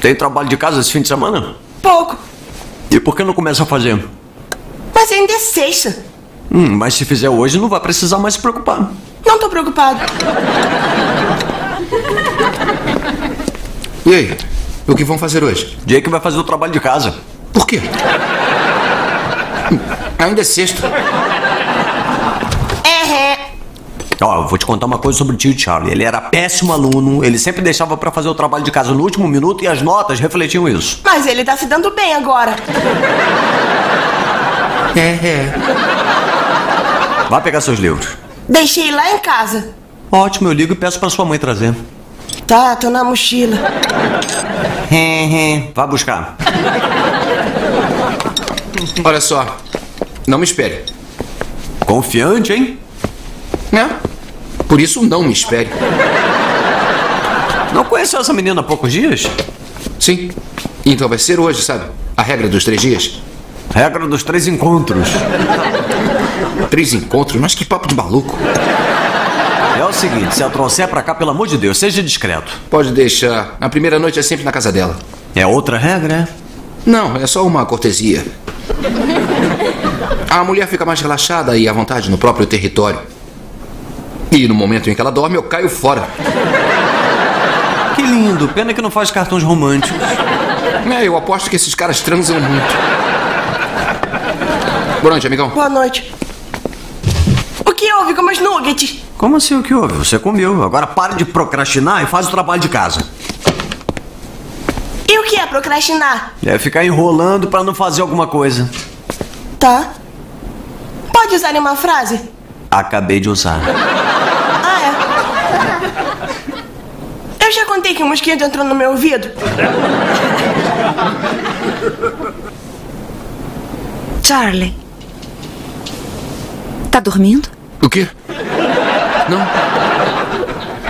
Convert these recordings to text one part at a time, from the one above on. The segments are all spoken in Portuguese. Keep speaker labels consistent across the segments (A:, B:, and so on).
A: tem trabalho de casa esse fim de semana?
B: Pouco.
A: E por que não começa a fazer?
B: Mas ainda é sexta.
A: Hum, mas se fizer hoje, não vai precisar mais se preocupar.
B: Não tô preocupada.
C: E aí? O que vão fazer hoje?
A: Jake vai fazer o trabalho de casa.
C: Por quê? Hum, Ainda é sexta.
B: É, é.
A: Ó, eu vou te contar uma coisa sobre o tio Charlie. Ele era péssimo aluno, ele sempre deixava pra fazer o trabalho de casa no último minuto e as notas refletiam isso.
B: Mas ele tá se dando bem agora.
C: É, é.
A: Vai pegar seus livros.
B: Deixei lá em casa.
A: Ótimo, eu ligo e peço pra sua mãe trazer.
B: Tá, tô na mochila.
A: Vai buscar.
C: Olha só. Não me espere.
A: Confiante, hein?
C: Né? Por isso, não me espere.
A: Não conheceu essa menina há poucos dias?
C: Sim. Então vai ser hoje, sabe? A regra dos três dias.
A: Regra dos três encontros.
C: Três encontros? Mas que papo de maluco.
A: É o seguinte, se a trouxer pra cá, pelo amor de Deus, seja discreto.
C: Pode deixar. A primeira noite é sempre na casa dela.
A: É outra regra, é?
C: Não, é só uma cortesia. A mulher fica mais relaxada e à vontade no próprio território. E no momento em que ela dorme, eu caio fora.
A: Que lindo, pena que não faz cartões românticos.
C: É, eu aposto que esses caras transam muito. Boa noite, amigão.
B: Boa noite. O que houve com meus nuggets?
A: Como assim o que houve? Você comeu. Agora para de procrastinar e faz o trabalho de casa.
B: E o que é procrastinar?
A: É ficar enrolando pra não fazer alguma coisa.
B: Tá? Pode usar em uma frase?
A: Acabei de usar.
B: Ah, é. Eu já contei que um mosquito entrou no meu ouvido.
D: Charlie. Tá dormindo?
C: O quê? Não.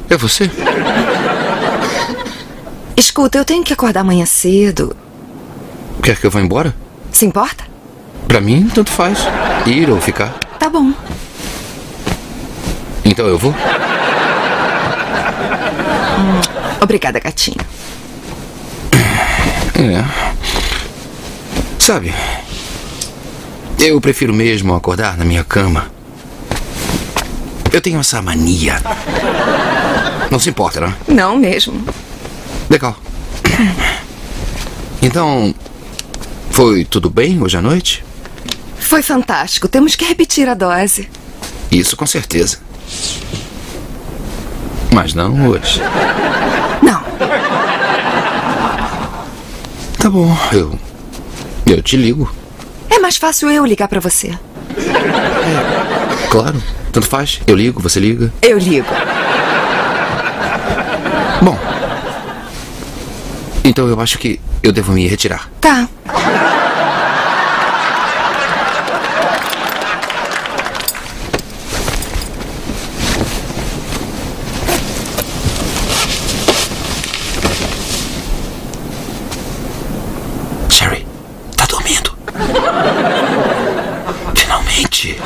C: É você?
D: Escuta, eu tenho que acordar amanhã cedo.
C: Quer que eu vá embora?
D: Se importa?
C: Pra mim, tanto faz. Ir ou ficar.
D: Tá bom.
C: Então eu vou?
D: Obrigada, gatinho.
C: É. Sabe, eu prefiro mesmo acordar na minha cama. Eu tenho essa mania. Não se importa, né?
D: Não mesmo.
C: Legal. Então, foi tudo bem hoje à noite?
D: Foi fantástico. Temos que repetir a dose.
C: Isso com certeza. Mas não hoje.
D: Não.
C: Tá bom, eu. Eu te ligo.
D: É mais fácil eu ligar pra você.
C: Claro. Tanto faz. Eu ligo, você liga.
D: Eu ligo.
C: Bom. Então eu acho que eu devo me retirar.
D: Tá.
C: Sherry, tá dormindo? Finalmente!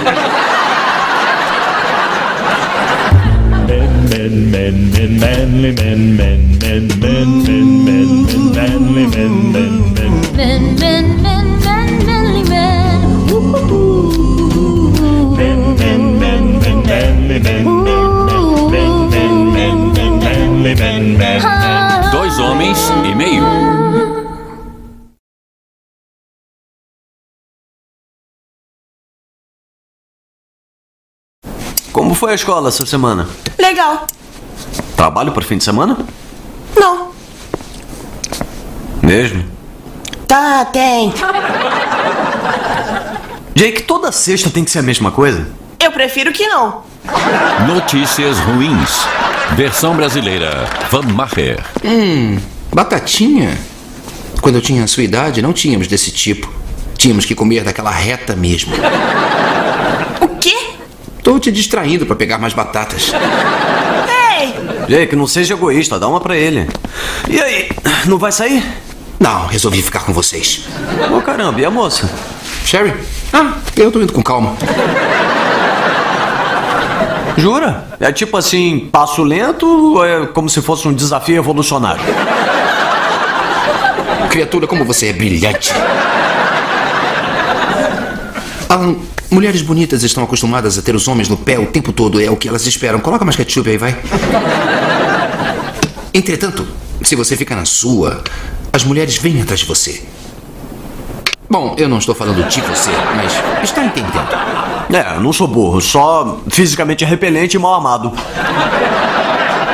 E: Men, men, men, men, manly men, men, men, men, men, men, men, manly men, men, men.
F: Men, men, men, men, manly men. Ooh.
E: Men, men, men, men, manly men, men, men, men, men, men, manly men, men, men.
G: Dois homens e meio.
A: Como foi a escola essa semana?
B: Legal.
A: Trabalho para fim de semana?
B: Não.
A: Mesmo.
B: Tá, tem.
A: Jake, toda sexta tem que ser a mesma coisa?
B: Eu prefiro que não.
G: Notícias ruins. Versão brasileira. Van Maher.
C: Hum, Batatinha? Quando eu tinha a sua idade, não tínhamos desse tipo. Tínhamos que comer daquela reta mesmo.
B: O quê?
C: Tô te distraindo pra pegar mais batatas.
B: Ei!
A: Jake, não seja egoísta, dá uma pra ele. E aí, não vai sair?
C: Não, resolvi ficar com vocês.
A: Ô caramba, e a moça?
C: Sherry? Ah, eu tô indo com calma.
A: Jura? É tipo assim, passo lento ou é como se fosse um desafio evolucionário?
C: Criatura, como você é brilhante. Alan, Ah, mulheres bonitas estão acostumadas a ter os homens no pé o tempo todo. É o que elas esperam. Coloca mais ketchup aí, vai. Entretanto, se você fica na sua, as mulheres vêm atrás de você. Bom, eu não estou falando de você, mas está entendendo.
A: É, eu não sou burro, só fisicamente repelente e mal amado.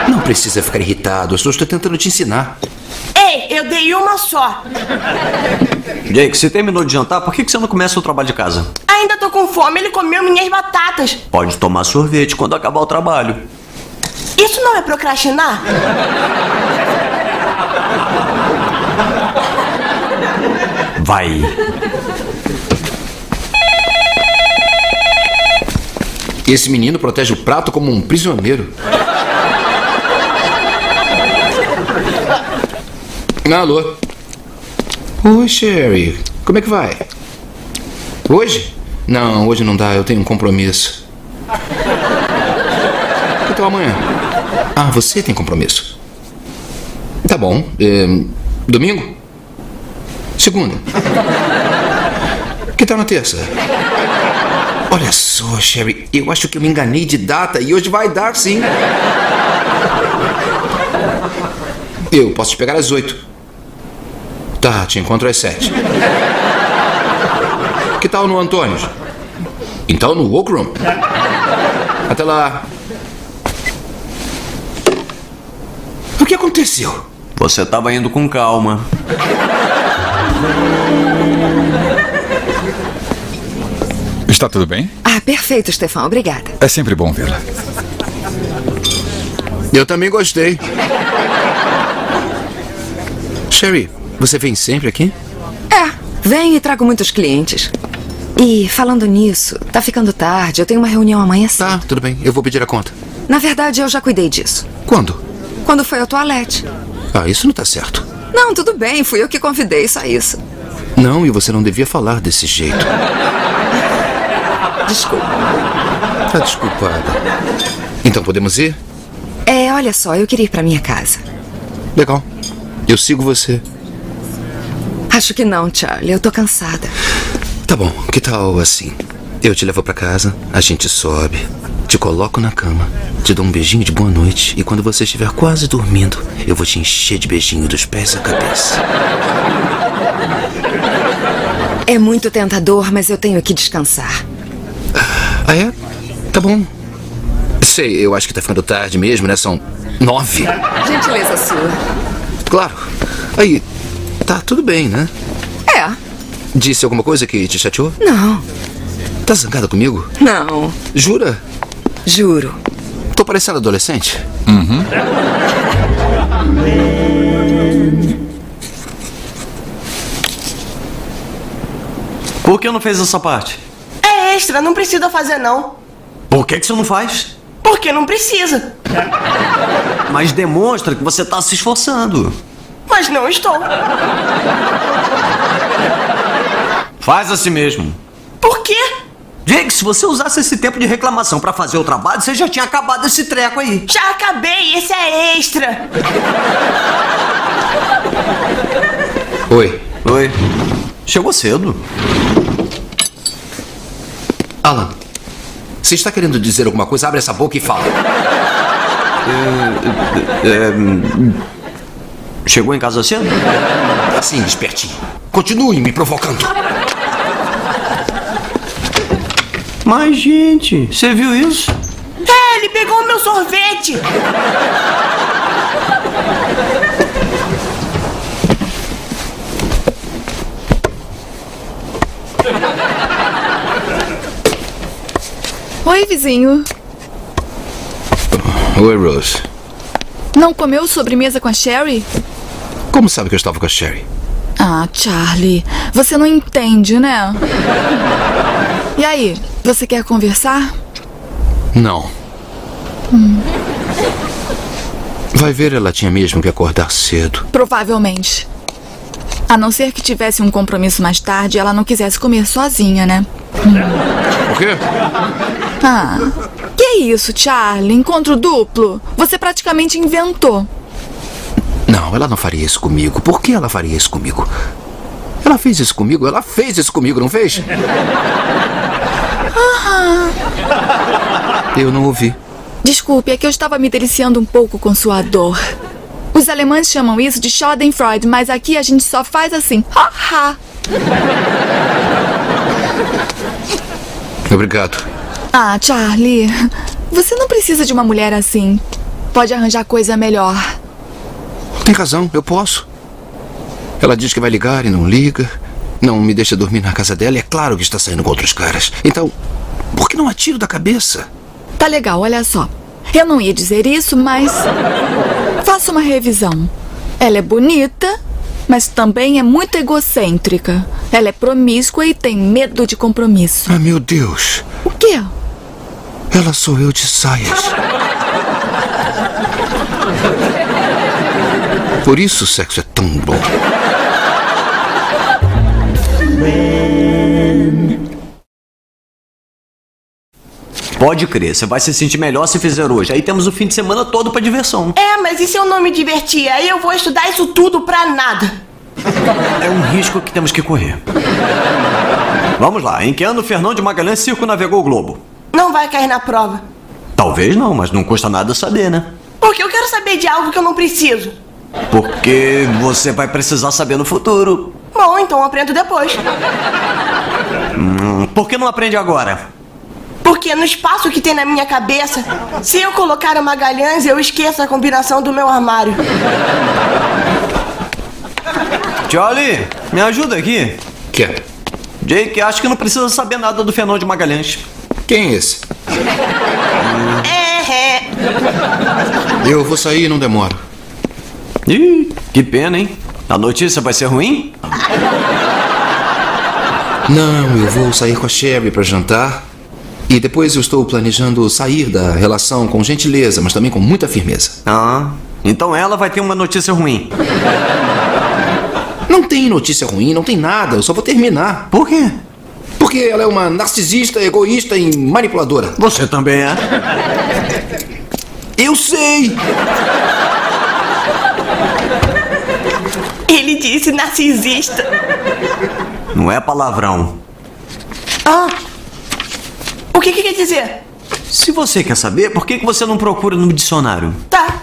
C: Não precisa ficar irritado, eu só estou tentando te ensinar.
B: Ei, eu dei uma só.
A: Jake, você terminou de jantar, por que que você não começa o trabalho de casa?
B: Ainda tô com fome, ele comeu minhas batatas.
A: Pode tomar sorvete quando acabar o trabalho.
B: Isso não é procrastinar?
A: Vai.
C: Esse menino protege o prato como um prisioneiro. Ah, Alô? Oi, Sherry. Como é que vai? Hoje? Não, hoje não dá, eu tenho um compromisso. Então amanhã? Ah, você tem compromisso. Tá bom. É, domingo? Segunda. Que tal na terça? Olha só, Sherry, eu acho que eu me enganei de data e hoje vai dar sim. Eu posso te pegar às oito. Tá, te encontro às sete. Que tal no Antônio? Então no Workroom. Até lá. O que aconteceu?
A: Você tava indo com calma.
H: Está tudo bem?
D: Ah, perfeito, Stefan. Obrigada.
H: É sempre bom vê-la.
C: Eu também gostei. Sherry, você vem sempre aqui?
D: É, venho e trago muitos clientes. E falando nisso, tá ficando tarde. Eu tenho uma reunião amanhã cedo.
C: Tá, tudo bem. Eu vou pedir a conta.
D: Na verdade, eu já cuidei disso.
C: Quando?
D: Quando foi ao toalete.
C: Ah, isso não tá certo.
D: Não, tudo bem. Fui eu que convidei, só isso.
C: Não, e você não devia falar desse jeito.
D: Desculpa.
C: Tá desculpada. Então podemos ir?
D: É, olha só, eu queria ir pra minha casa.
C: Legal. Eu sigo você.
D: Acho que não, Charlie. Eu tô cansada.
C: Tá bom, que tal assim? Eu te levo pra casa, a gente sobe, te coloco na cama, te dou um beijinho de boa noite e quando você estiver quase dormindo, eu vou te encher de beijinho dos pés à cabeça.
D: É muito tentador, mas eu tenho que descansar.
C: Ah, é? Tá bom. Sei, eu acho que tá ficando tarde mesmo, né? São nove.
D: Gentileza sua.
C: Claro. Aí, tá tudo bem, né?
D: É.
C: Disse alguma coisa que te chateou?
D: Não.
C: Tá zangada comigo?
D: Não.
C: Jura?
D: Juro.
C: Tô parecendo adolescente?
A: Por que não fez essa parte?
B: É extra, não precisa fazer não.
A: Por que, que você não faz?
B: Porque não precisa.
A: Mas demonstra que você tá se esforçando.
B: Mas não estou.
A: Faz assim mesmo.
B: Por quê?
A: Jake, se você usasse esse tempo de reclamação pra fazer o trabalho, você já tinha acabado esse treco aí.
B: Já acabei, esse é extra.
C: Oi.
A: Oi. Chegou cedo.
C: Alan, se está querendo dizer alguma coisa, abre essa boca e fala.
A: Chegou em casa cedo?
C: Assim, espertinho. Continue me provocando.
A: Mas, gente, você viu isso?
B: É, ele pegou o meu sorvete.
I: Oi, vizinho.
C: Oi, Rose.
I: Não comeu sobremesa com a Sherry?
C: Como sabe que eu estava com a Sherry?
I: Ah, Charlie, você não entende, né? E aí, você quer conversar?
C: Não. Hum. Vai ver, ela tinha mesmo que acordar cedo.
I: Provavelmente. A não ser que tivesse um compromisso mais tarde e ela não quisesse comer sozinha, né?
C: O quê?
I: Ah, que isso, Charlie? Encontro duplo? Você praticamente inventou.
C: Não, ela não faria isso comigo. Por que ela faria isso comigo? Ela fez isso comigo, ela fez isso comigo, não fez? Eu não ouvi.
I: Desculpe, é que eu estava me deliciando um pouco com sua dor. Os alemães chamam isso de Schadenfreude, mas aqui a gente só faz assim. Ha, ha.
C: Obrigado.
I: Ah, Charlie, você não precisa de uma mulher assim. Pode arranjar coisa melhor.
C: Tem razão, eu posso. Ela diz que vai ligar e não liga. Não me deixa dormir na casa dela e é claro que está saindo com outros caras. Então, por que não atiro da cabeça?
I: Tá legal, olha só. Eu não ia dizer isso, mas. Faça uma revisão. Ela é bonita, mas também é muito egocêntrica. Ela é promíscua e tem medo de compromisso.
C: Ah, meu Deus.
I: O quê?
C: Ela sou eu de saias. Por isso o sexo é tão bom.
A: Pode crer, você vai se sentir melhor se fizer hoje. Aí temos o fim de semana todo pra diversão.
B: É, mas e se eu não me divertir? Aí eu vou estudar isso tudo pra nada.
A: É um risco que temos que correr. Vamos lá, em que ano Fernão de Magalhães circunavegou o globo?
B: Não vai cair na prova.
A: Talvez não, mas não custa nada saber, né?
B: Porque eu quero saber de algo que eu não preciso.
A: Porque você vai precisar saber no futuro.
B: Bom, então eu aprendo depois.
A: Hum, Por que não aprende agora?
B: Porque no espaço que tem na minha cabeça, se eu colocar o Magalhães, eu esqueço a combinação do meu armário.
A: Charlie, me ajuda aqui.
C: Que é?
A: Jake, acho que não precisa saber nada do Fernão de Magalhães.
C: Quem é esse?
B: É, é.
C: Eu vou sair e não demoro.
A: Ih, que pena, hein? A notícia vai ser ruim?
C: Não, eu vou sair com a Sherry para jantar. E depois eu estou planejando sair da relação com gentileza, mas também com muita firmeza.
A: Ah, então ela vai ter uma notícia ruim.
C: Não tem notícia ruim, não tem nada, eu só vou terminar.
A: Por quê?
C: Porque ela é uma narcisista, egoísta e manipuladora.
A: Você também é.
C: Eu sei!
B: Ele disse narcisista.
A: Não é palavrão.
B: Ah, o que que quer dizer?
A: Se você quer saber, por que que você não procura no dicionário?
B: Tá,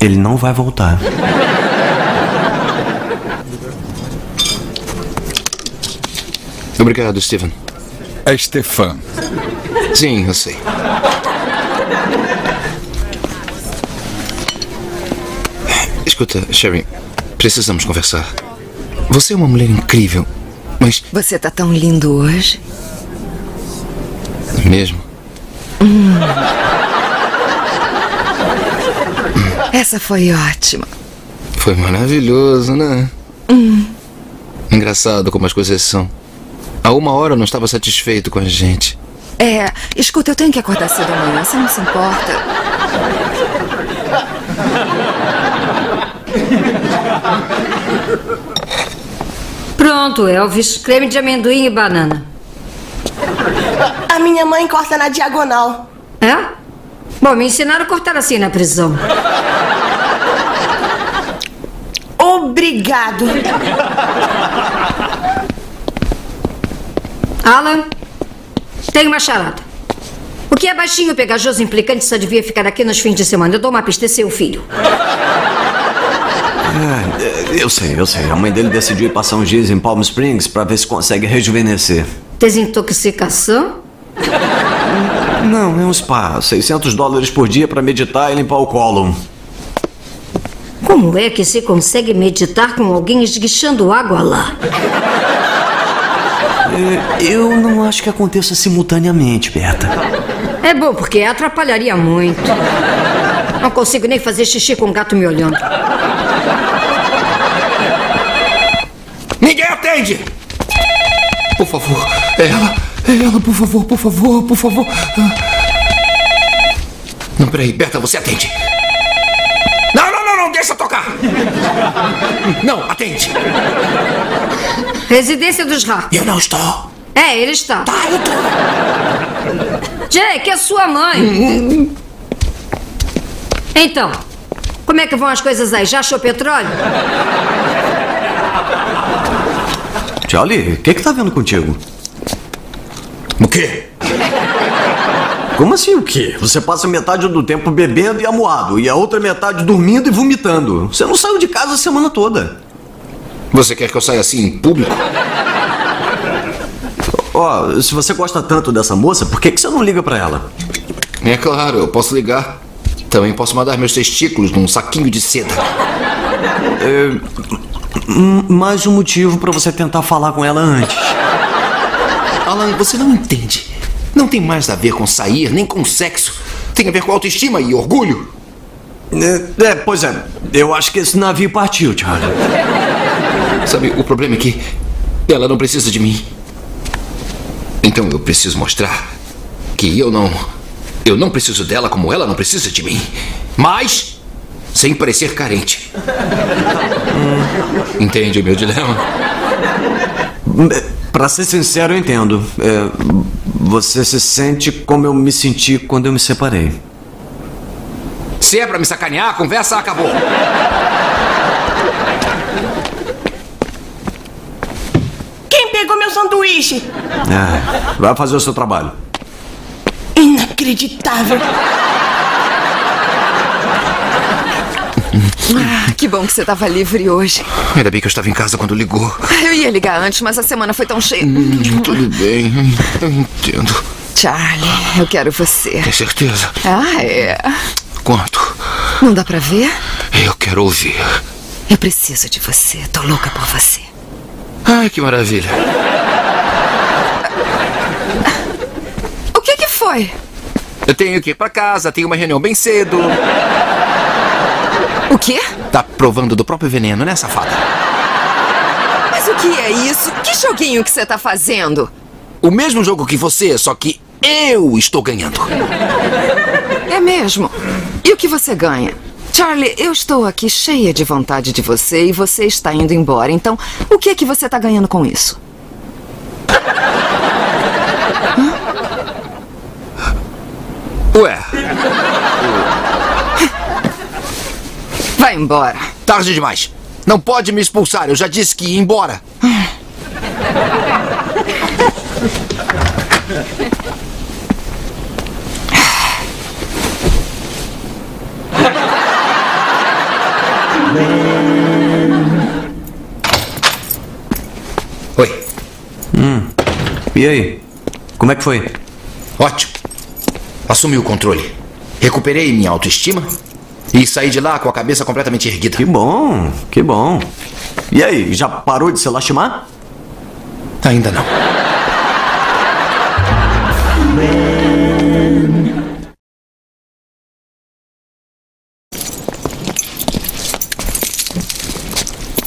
A: Ele não vai voltar.
C: Obrigado, Steven.
H: É Stefan.
C: Sim, eu sei. Escuta, Sherry, precisamos conversar. Você é uma mulher incrível, mas
D: Você tá tão lindo hoje.
C: mesmo.
D: Essa foi ótima.
C: Foi maravilhoso, né? Engraçado como as coisas são. Há uma hora eu não estava satisfeito com a gente.
D: É, escuta, eu tenho que acordar cedo amanhã, você não se importa?
J: Pronto, Elvis. Creme de amendoim e banana.
B: a minha mãe corta na diagonal.
J: É? Bom, me ensinaram a cortar assim na prisão.
B: Obrigado.
J: Alan, tem uma charada. O que é baixinho, pegajoso e implicante só devia ficar aqui nos fins de semana. Eu dou uma pista e seu filho.
A: É, eu sei, eu sei. A mãe dele decidiu ir passar uns dias em Palm Springs pra ver se consegue rejuvenescer.
J: Desintoxicação?
A: Não, é um spa. 600 dólares por dia pra meditar e limpar o colo.
J: Como é que se consegue meditar com alguém esguichando água lá?
A: É, eu não acho que aconteça simultaneamente, Berta.
J: É bom, porque atrapalharia muito. Não consigo nem fazer xixi com o gato me olhando.
C: Ninguém atende! Por favor, é ela, é ela, por favor, por favor, por favor. Ah. Não, peraí, Berta, você atende. Não, não, não, não, deixa eu tocar! Não, atende!
J: Residência dos ratos.
C: Eu não estou.
J: É, ele está. Tá, eu tô. Jake, é sua mãe. Então, como é que vão as coisas aí? Já achou petróleo?
A: Charlie, o que que tá vendo contigo?
K: O quê?
A: Como assim o quê? Você passa metade do tempo bebendo e amuado, e a outra metade dormindo e vomitando. Você não saiu de casa a semana toda.
C: Você quer que eu saia assim em público?
A: Ó, se você gosta tanto dessa moça, por que, que você não liga pra ela?
C: É claro, eu posso ligar. Também posso mandar meus testículos num saquinho de seda.
A: Mais um motivo pra você tentar falar com ela antes.
C: Alan, você não entende. Não tem mais a ver com sair nem com sexo. Tem a ver com autoestima e orgulho.
A: É, é, pois é. Eu acho que esse navio partiu, Charlie.
C: Sabe, o problema é que ela não precisa de mim. Então eu preciso mostrar que eu não. Eu não preciso dela como ela não precisa de mim. Mas. sem parecer carente. Entende o meu dilema?
A: É, Pra ser sincero, eu entendo. É, você se sente como eu me senti quando eu me separei.
C: Se é pra me sacanear, a conversa acabou.
B: Quem pegou meu sanduíche?
A: É, vai fazer o seu trabalho.
B: Inacreditável.
D: Ah, que bom que você tava livre hoje. Ah,
C: Ainda bem que eu estava em casa quando ligou.
D: Eu ia ligar antes, mas a semana foi tão cheia.
C: Uhum. Hum, Tudo bem, eu entendo.
D: Charlie, eu quero você.
C: Tem certeza?
D: Ah, é.
C: Quanto?
D: Não dá pra ver?
C: Eu quero ouvir.
D: Eu preciso de você. Tô louca por você.
C: Ai, que maravilha.
D: O que que foi?
C: Eu tenho que ir pra casa, tenho uma reunião bem cedo.
D: O quê?
C: Tá provando do próprio veneno, né, safada?
D: Mas o que é isso? Que joguinho que você tá fazendo?
C: O mesmo jogo que você, só que eu estou ganhando.
D: É mesmo? E o que você ganha? Charlie, eu estou aqui cheia de vontade de você e você está indo embora. Então, o que é que você tá ganhando com isso?
C: Ué,
D: Vai embora.
C: tarde demais. Não pode me expulsar, eu já disse que ia embora. Oi,
A: E aí? Como é que foi?
C: ótimo. Assumi o controle. Recuperei minha autoestima e saí de lá com a cabeça completamente erguida.
A: Que bom, que bom. E aí, já parou de se lastimar?
C: Ainda não.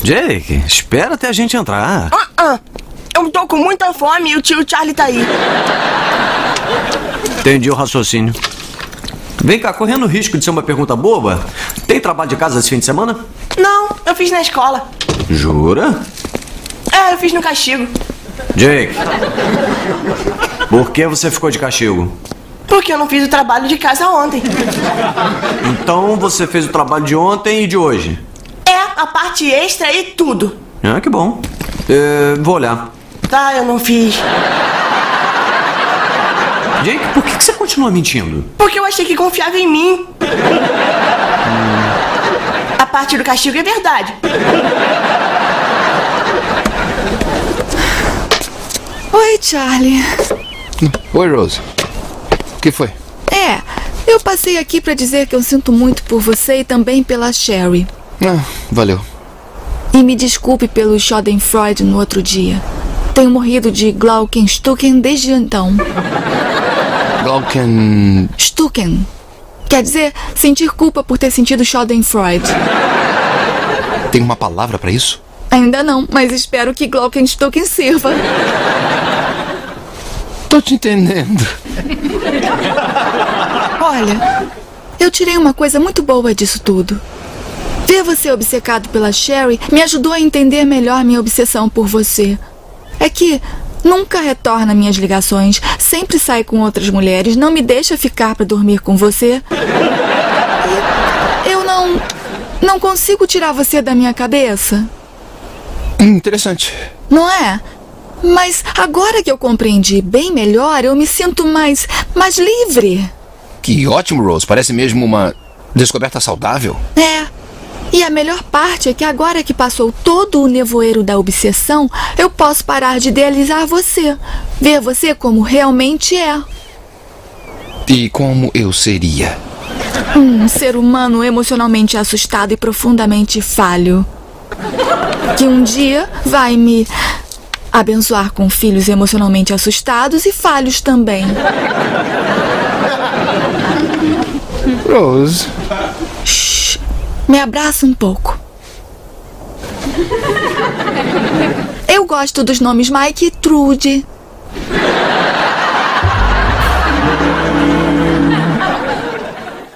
A: Jake, espera até a gente entrar.
B: Ah, ah. Eu tô com muita fome e o tio Charlie tá aí.
A: Entendi o raciocínio. Vem cá, correndo o risco de ser uma pergunta boba, tem trabalho de casa esse fim de semana?
B: Não, eu fiz na escola.
A: Jura?
B: É, eu fiz no castigo.
A: Jake, por que você ficou de castigo?
B: Porque eu não fiz o trabalho de casa ontem.
A: Então você fez o trabalho de ontem e de hoje.
B: É, a parte extra e tudo.
A: Ah, que bom. É, vou olhar.
B: Tá, eu não fiz.
A: Jake, por que que você continua mentindo?
B: Porque eu achei que confiava em mim. A parte do castigo é verdade.
I: Oi, Charlie.
C: Oi, Rose. O que foi?
I: É, eu passei aqui pra dizer que eu sinto muito por você e também pela Sherry.
C: Ah, valeu.
I: E me desculpe pelo Schadenfreude no outro dia. Tenho morrido de Glaukenstucken desde então.
C: Glauken.
I: Stucken. Quer dizer, sentir culpa por ter sentido Schadenfreude.
C: Tem uma palavra pra isso?
I: Ainda não, mas espero que Glaukenstucken sirva.
C: Tô te entendendo.
I: Olha, eu tirei uma coisa muito boa disso tudo. Ver você obcecado pela Sherry me ajudou a entender melhor minha obsessão por você. É que Nunca retorna minhas ligações, sempre sai com outras mulheres, não me deixa ficar pra dormir com você. E Eu não. não consigo tirar você da minha cabeça.
C: Hum, Interessante.
I: Não é? Mas agora que eu compreendi bem melhor, eu me sinto mais. mais livre.
C: Que ótimo, Rose. Parece mesmo uma descoberta saudável.
I: É. E a melhor parte é que agora que passou todo o nevoeiro da obsessão, eu posso parar de idealizar você. Ver você como realmente é.
C: E como eu seria?
I: Um ser humano emocionalmente assustado e profundamente falho. Que um dia vai me abençoar com filhos emocionalmente assustados e falhos também.
C: Rose.
I: Me abraça um pouco. Eu gosto dos nomes Mike e Trude.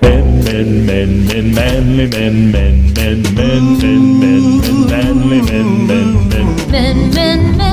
E: Men, men, men, manly men, men, men, men, men, men, men, manly men, men, men.
F: men, men, men.